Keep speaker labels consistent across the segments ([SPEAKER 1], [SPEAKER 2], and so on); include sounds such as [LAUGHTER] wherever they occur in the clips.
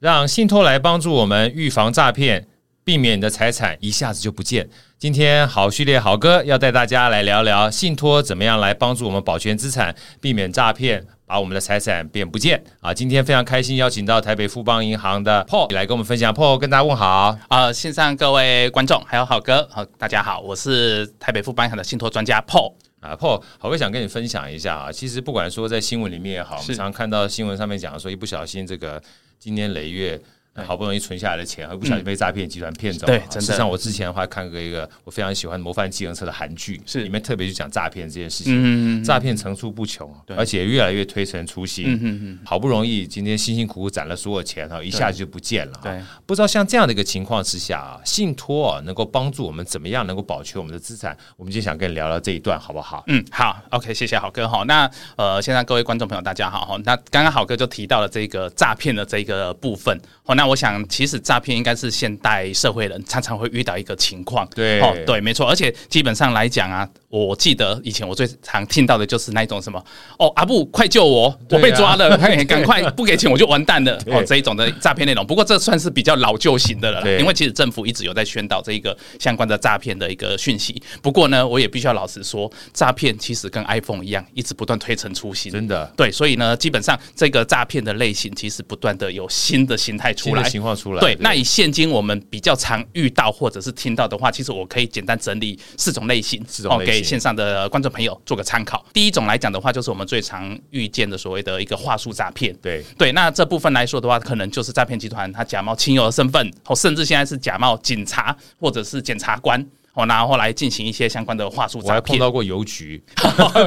[SPEAKER 1] 让信托来帮助我们预防诈骗，避免你的财产一下子就不见。今天好序列好哥要带大家来聊聊信托怎么样来帮助我们保全资产，避免诈骗，把我们的财产变不见啊！今天非常开心邀请到台北富邦银行的 Paul 来跟我们分享，Paul 跟大家问好。
[SPEAKER 2] 啊、线上各位观众还有好哥，好、大家好，我是台北富邦银行的信托专家 Paul。
[SPEAKER 1] 啊，Paul，好，我想跟你分享一下啊。其实不管说在新闻里面也好，我们
[SPEAKER 2] 是
[SPEAKER 1] 常常看到新闻上面讲说，一不小心这个今年累月。呃好不容易存下来的钱，还不小心被诈骗集团骗走、啊
[SPEAKER 2] 嗯对真的
[SPEAKER 1] 事实上，我之前的话看过一个我非常喜欢的《模范计程车》的韩剧，
[SPEAKER 2] 是
[SPEAKER 1] 里面特别就讲诈骗这件事情。
[SPEAKER 2] 嗯，
[SPEAKER 1] 诈骗层出不穷，啊而且越来越推陈出新。好不容易今天辛辛苦苦攒了所有钱啊哈，一下子就不见了。
[SPEAKER 2] 嗯对，
[SPEAKER 1] 不知道像这样的一个情况之下啊，信托啊能够帮助我们怎么样能够保全我们的资产？我们今天想跟你聊聊这一段，好不好？
[SPEAKER 2] 嗯，好，OK，谢谢好哥哈。那呃，线上各位观众朋友，大家好哈。那刚刚好哥就提到了这个诈骗的这个部分哦。那我想，其实诈骗应该是现代社会人常常会遇到一个情况，
[SPEAKER 1] 对
[SPEAKER 2] 哦，对，没错。而且基本上来讲啊，我记得以前我最常听到的就是那一种什么哦，阿布快救我，
[SPEAKER 1] 对
[SPEAKER 2] 我
[SPEAKER 1] 啊
[SPEAKER 2] 被
[SPEAKER 1] [LAUGHS]
[SPEAKER 2] 抓了，嘿赶快不给钱我就完蛋了
[SPEAKER 1] 对
[SPEAKER 2] 哦，这一种的诈骗内容。不过这算是比较老旧型的了啦，
[SPEAKER 1] 对
[SPEAKER 2] 因为 [LAUGHS] 其实政府一直有在宣导这一个相关的诈骗的一个讯息。不过呢，我也必须要老实说，诈骗其实跟 iPhone 一样，一直不断推陈出新。
[SPEAKER 1] 真的，
[SPEAKER 2] 对，所以呢，基本上这个诈骗的类型其实不断的有新的形态出
[SPEAKER 1] 新的
[SPEAKER 2] 来。
[SPEAKER 1] 情况出来。
[SPEAKER 2] 对，那以现今我们比较常遇到或者是听到的话，其实我可以简单整理四种类型，哦
[SPEAKER 1] 四种类型
[SPEAKER 2] 给线上的观众朋友做个参考。第一种来讲的话，就是我们最常遇见的所谓的一个话术诈骗。
[SPEAKER 1] 对
[SPEAKER 2] 对，那这部分来说的话，可能就是诈骗集团他假冒亲友的身份，哦，甚至现在是假冒警察或者是检察官。哦，然后来进行一些相关的话术
[SPEAKER 1] 我还
[SPEAKER 2] 诈
[SPEAKER 1] 碰
[SPEAKER 2] 骗，
[SPEAKER 1] 到过邮局，
[SPEAKER 2] [LAUGHS]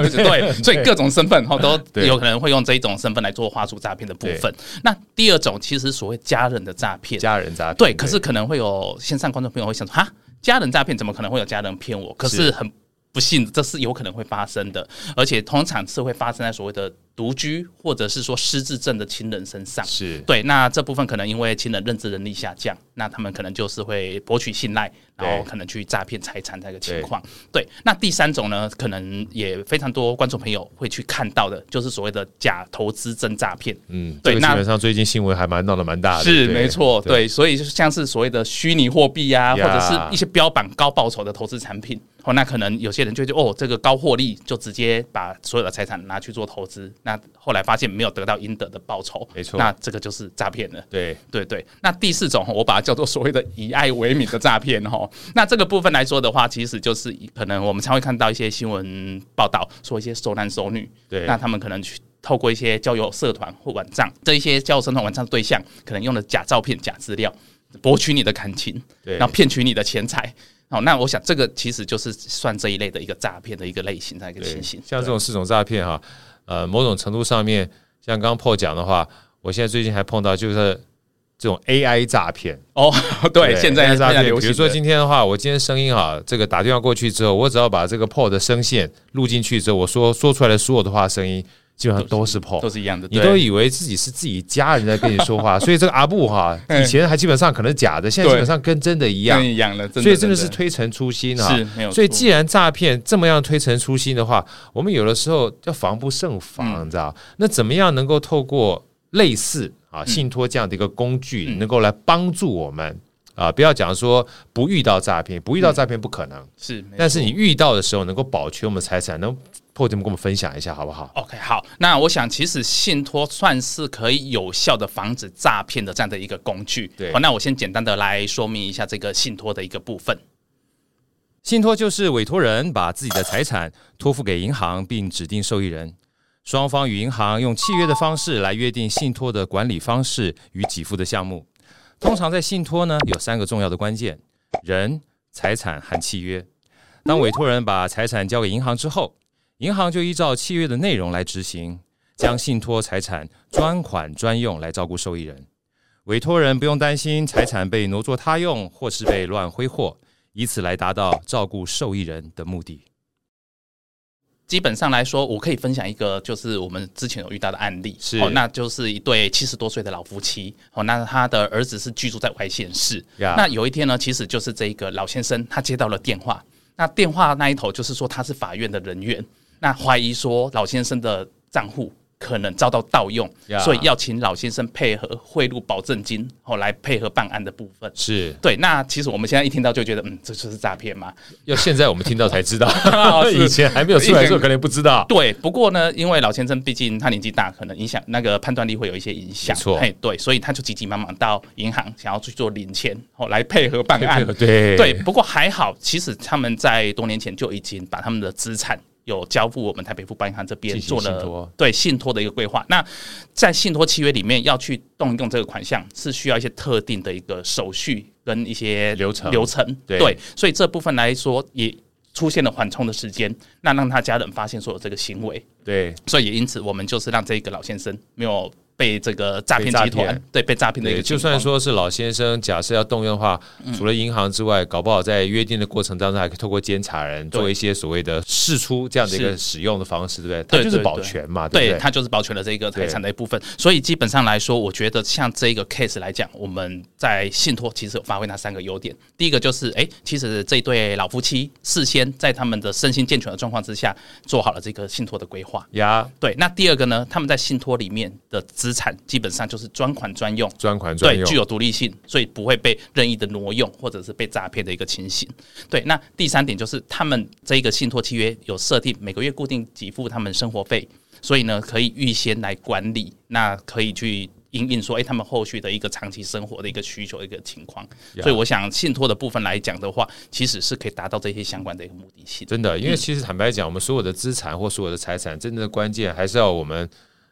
[SPEAKER 2] 对，所以各种身份哦都
[SPEAKER 1] 对
[SPEAKER 2] 有可能会用这一种身份来做话术诈骗的部分。那第二种其实所谓家人的诈骗，
[SPEAKER 1] 家人诈骗。
[SPEAKER 2] 啊对，可是可能会有线上观众朋友会想说，哈，家人诈骗怎么可能会有家人骗我？可
[SPEAKER 1] 是
[SPEAKER 2] 是很不幸，这是有可能会发生的，而且通常是会发生在所谓的独居或者是说失智症的亲人身上。
[SPEAKER 1] 是
[SPEAKER 2] 对，那这部分可能因为亲人认知能力下降，那他们可能就是会博取信赖，然后
[SPEAKER 1] 对
[SPEAKER 2] 可能去诈骗财产这个情况。对，那第三种呢，可能也非常多观众朋友会去看到的，就是所谓的假投资真诈骗。
[SPEAKER 1] 嗯，
[SPEAKER 2] 对
[SPEAKER 1] 这个基
[SPEAKER 2] 那
[SPEAKER 1] 本上最近新闻还蛮闹得蛮大的，
[SPEAKER 2] 是
[SPEAKER 1] 啊对
[SPEAKER 2] 没错，，对，所以就像是所谓的虚拟货币啊，或
[SPEAKER 1] 呀
[SPEAKER 2] 者是一些标榜高报酬的投资产品，哦，那可能有些人就觉得哦，这个高获利，就直接把所有的财产拿去做投资，那后来发现没有得到应得的报酬，
[SPEAKER 1] 没错
[SPEAKER 2] 那这个就是诈骗了。
[SPEAKER 1] 对
[SPEAKER 2] 对对，那第四种我把它叫做所谓的以爱为名的诈骗哈。那这个部分来说的话，其实就是可能我们常会看到一些新闻报道，说一些熟男熟女，
[SPEAKER 1] 对
[SPEAKER 2] 那他们可能去。透过一些交友社团或网站，这一些交友社团网站对象可能用了假照片、假资料，博取你的感情，
[SPEAKER 1] 对
[SPEAKER 2] 然后骗取你的钱财。好，那我想这个其实就是算这一类的一个诈骗的一个类型的一个
[SPEAKER 1] 对
[SPEAKER 2] 情形。
[SPEAKER 1] 像这种四种诈骗哈，呃，某种程度上面，像刚刚破讲的话，我现在最近还碰到就是这种 AI 诈骗。
[SPEAKER 2] 哦， [LAUGHS] 对，现在
[SPEAKER 1] AI
[SPEAKER 2] 现
[SPEAKER 1] 诈
[SPEAKER 2] 在
[SPEAKER 1] 骗，
[SPEAKER 2] 流
[SPEAKER 1] 比
[SPEAKER 2] 行
[SPEAKER 1] 如
[SPEAKER 2] 的，
[SPEAKER 1] 说今天的话，我今天声音啊，这个打电话过去之后，我只要把这个 PO 的声线录进去之后，我说说出来的所有的话声音，基本上都是 PO。
[SPEAKER 2] 都是一样的，
[SPEAKER 1] 哦你
[SPEAKER 2] 对
[SPEAKER 1] 都以为自己是自己家人在跟你说
[SPEAKER 2] [LAUGHS]
[SPEAKER 1] 话，所以这个阿布哈，
[SPEAKER 2] 嗯
[SPEAKER 1] 以前还基本上可能假的，现在基
[SPEAKER 2] 对
[SPEAKER 1] 本上跟真的一样
[SPEAKER 2] 跟，一样的，
[SPEAKER 1] 所以真的是
[SPEAKER 2] 推。
[SPEAKER 1] 推陈出新哈、
[SPEAKER 2] 是没有错
[SPEAKER 1] 所以既然诈骗这么样推陈出新的话，我们有的时候要防不胜
[SPEAKER 2] 嗯
[SPEAKER 1] 防，你知道？那怎么样能够透过类似啊
[SPEAKER 2] 嗯
[SPEAKER 1] 信托这样的一个工具，能够来帮助我们？啊，不要讲说不遇到诈骗，不遇到诈骗不可能，
[SPEAKER 2] 是，嗯没
[SPEAKER 1] 但是
[SPEAKER 2] 错
[SPEAKER 1] 你遇到的时候能够保全我们财产，能破题目跟我们分享一下好不好？
[SPEAKER 2] OK 好，那我想其实信托算是可以有效的防止诈骗的这样的一个工具。
[SPEAKER 1] 对
[SPEAKER 2] 好，那我先简单的来说明一下这个信托的一个部分。
[SPEAKER 1] 信托就是委托人把自己的财产托付给银行，并指定受益人。双方与银行用契约的方式来约定信托的管理方式与给付的项目。通常在信托呢，有三个重要的关键：人、财产和契约。当委托人把财产交给银行之后，银行就依照契约的内容来执行，将信托财产专款专用来照顾受益人。委托人不用担心财产被挪作他用或是被乱挥霍，以此来达到照顾受益人的目的。
[SPEAKER 2] 基本上来说，我可以分享一个，就是我们之前有遇到的案例，
[SPEAKER 1] 是
[SPEAKER 2] 哦，那就是一对七十多岁的老夫妻，哦，那他的儿子是居住在外县市
[SPEAKER 1] Yeah
[SPEAKER 2] 那有一天呢，其实就是这个老先生他接到了电话，那电话那一头就是说他是法院的人员，那怀疑说老先生的账户可能遭到盗用
[SPEAKER 1] Yeah
[SPEAKER 2] 所以要请老先生配合贿赂保证金，后、来配合办案的部分。
[SPEAKER 1] 是
[SPEAKER 2] 对，那其实我们现在一听到就觉得，嗯，这就是诈骗嘛。，
[SPEAKER 1] 要现在我们听到才知道
[SPEAKER 2] [LAUGHS]
[SPEAKER 1] [LAUGHS] 以前还没有出来的时候可能不知道。
[SPEAKER 2] 对，不过呢，因为老先生毕竟他年纪大，可能影响那个判断力会有一些影响。
[SPEAKER 1] 没错
[SPEAKER 2] 嘿，对，所以他就急急忙忙到银行想要去做领钱，后来配合办案。
[SPEAKER 1] 对
[SPEAKER 2] 对，不过还好，其实他们在多年前就已经把他们的资产有交付我们台北富邦银行这边
[SPEAKER 1] 进行
[SPEAKER 2] 做了
[SPEAKER 1] 信托
[SPEAKER 2] 对信托的一个规划。那在信托契约里面要去动用这个款项，是需要一些特定的一个手续跟一些
[SPEAKER 1] 流程
[SPEAKER 2] 流程。
[SPEAKER 1] 对
[SPEAKER 2] 所以这部分来说也。出现了缓冲的时间，那让他家人发现说有这个行为，
[SPEAKER 1] 对，
[SPEAKER 2] 所以也因此我们就是让这个老先生没有被这个诈骗
[SPEAKER 1] 被诈
[SPEAKER 2] 集团
[SPEAKER 1] 骗
[SPEAKER 2] 对被诈骗的一个
[SPEAKER 1] 对，
[SPEAKER 2] 情
[SPEAKER 1] 就算
[SPEAKER 2] 况嗯
[SPEAKER 1] 说是老先生，假设要动用的话，除了银行之外，搞不好在约定的过程当中，还可以透过监察人
[SPEAKER 2] 对
[SPEAKER 1] 做一些所谓的试出这样的一个
[SPEAKER 2] 是
[SPEAKER 1] 使用的方式，对不对？
[SPEAKER 2] 对
[SPEAKER 1] 它就是
[SPEAKER 2] 对
[SPEAKER 1] 保
[SPEAKER 2] 对
[SPEAKER 1] 全嘛，
[SPEAKER 2] 对
[SPEAKER 1] 不对？
[SPEAKER 2] 它就是保全了这一个财
[SPEAKER 1] 对
[SPEAKER 2] 产的一部分。所以基本上来说，我觉得像这个 case 来讲，我们在信托其实有发挥那三个优点。第一个就是，哎、其实这对老夫妻事先在他们的身心健全的状况之下，做好了这个信托的规划。
[SPEAKER 1] 呀，
[SPEAKER 2] 对，那第二个呢，他们在信托里面的资产基本上就是专款专用，
[SPEAKER 1] 专款专
[SPEAKER 2] 对，具
[SPEAKER 1] 用，
[SPEAKER 2] 有独立性，所以不会被任意的挪用或者是被诈骗的一个情形。对，那第三点就是他们这个信托契约有设定每个月固定给付他们生活费，所以呢可以预先来管理，那可以去。因应说，哎、他们后续的一个长期生活的一个需求的一个情况
[SPEAKER 1] Yeah
[SPEAKER 2] 所以我想信托的部分来讲的话，其实是可以达到这些相关的一个目的性。
[SPEAKER 1] 真的，因为其实坦白讲，我们所有的资产或所有的财产，真正的关键还是要我们。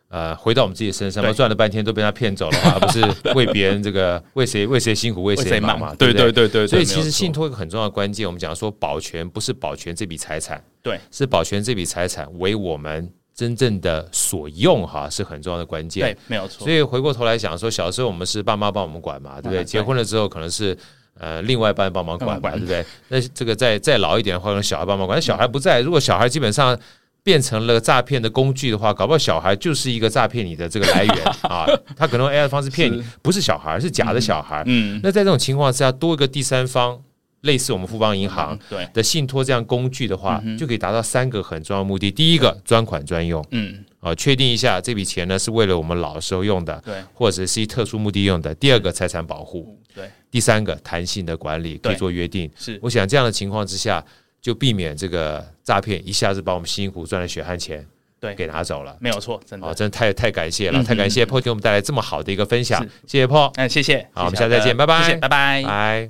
[SPEAKER 1] 呃，回到我们自己身上嘛，
[SPEAKER 2] 对
[SPEAKER 1] 赚了半天都被他骗走了嘛，而不
[SPEAKER 2] [LAUGHS]
[SPEAKER 1] 是为别人这个为谁为谁辛苦为
[SPEAKER 2] 为
[SPEAKER 1] 谁
[SPEAKER 2] 谁
[SPEAKER 1] 忙
[SPEAKER 2] 忙
[SPEAKER 1] 嘛，
[SPEAKER 2] 对
[SPEAKER 1] 不对
[SPEAKER 2] 对对对对
[SPEAKER 1] 所以
[SPEAKER 2] 没
[SPEAKER 1] 其
[SPEAKER 2] 有
[SPEAKER 1] 实
[SPEAKER 2] 错
[SPEAKER 1] 信托一个很重要的关键，我们讲说保全不是保全这笔财产，
[SPEAKER 2] 对，
[SPEAKER 1] 是保全这笔财产为我们真正的所用哈，是很重要的关键。
[SPEAKER 2] 对，没有错
[SPEAKER 1] 所。以回过头来想说，小时候我们是爸妈帮我们管嘛，对不啊对？嗯
[SPEAKER 2] 对
[SPEAKER 1] 结婚了之后可能是。呃，另外一半帮忙管嘛，
[SPEAKER 2] 帮
[SPEAKER 1] 对
[SPEAKER 2] 忙
[SPEAKER 1] 不对？那这个再再老一点的话，可能小孩帮忙管。那小孩不在，如果小孩基本上变成了诈骗的工具的话，搞不好小孩就是一个诈骗你的这个来 [LAUGHS] 源啊。他可能用 AI 的方式骗你，不是小孩，是假的小孩。
[SPEAKER 2] 嗯，
[SPEAKER 1] 那在这种情况之下，多一个第三方，类似我们富邦银行，
[SPEAKER 2] 对，
[SPEAKER 1] 的信托这样工具的话，就可以达到三个很重要的目的。第一个，专款专用
[SPEAKER 2] 嗯，
[SPEAKER 1] 啊，确定一下这笔钱呢是为了我们老的时候用的，
[SPEAKER 2] 对，
[SPEAKER 1] 或者是一特殊目的用的。第二个，财产保护。
[SPEAKER 2] 对，
[SPEAKER 1] 第三个，弹性的管理可以
[SPEAKER 2] 对
[SPEAKER 1] 做约定。
[SPEAKER 2] 是
[SPEAKER 1] 我想这样的情况之下，就避免这个诈骗一下子把我们辛苦赚的血汗钱
[SPEAKER 2] 对
[SPEAKER 1] 给拿走了。
[SPEAKER 2] 没有错，真
[SPEAKER 1] 啊，
[SPEAKER 2] 的。
[SPEAKER 1] 真的太太感谢了，
[SPEAKER 2] 嗯
[SPEAKER 1] 太感谢 p 给我们带来这么好的一个分享，谢谢 p
[SPEAKER 2] 哎，谢谢，
[SPEAKER 1] 好我们
[SPEAKER 2] 谢
[SPEAKER 1] 下
[SPEAKER 2] 谢
[SPEAKER 1] 次再见
[SPEAKER 2] 大
[SPEAKER 1] 拜
[SPEAKER 2] 哥
[SPEAKER 1] 拜
[SPEAKER 2] 谢谢，拜拜。
[SPEAKER 1] 拜。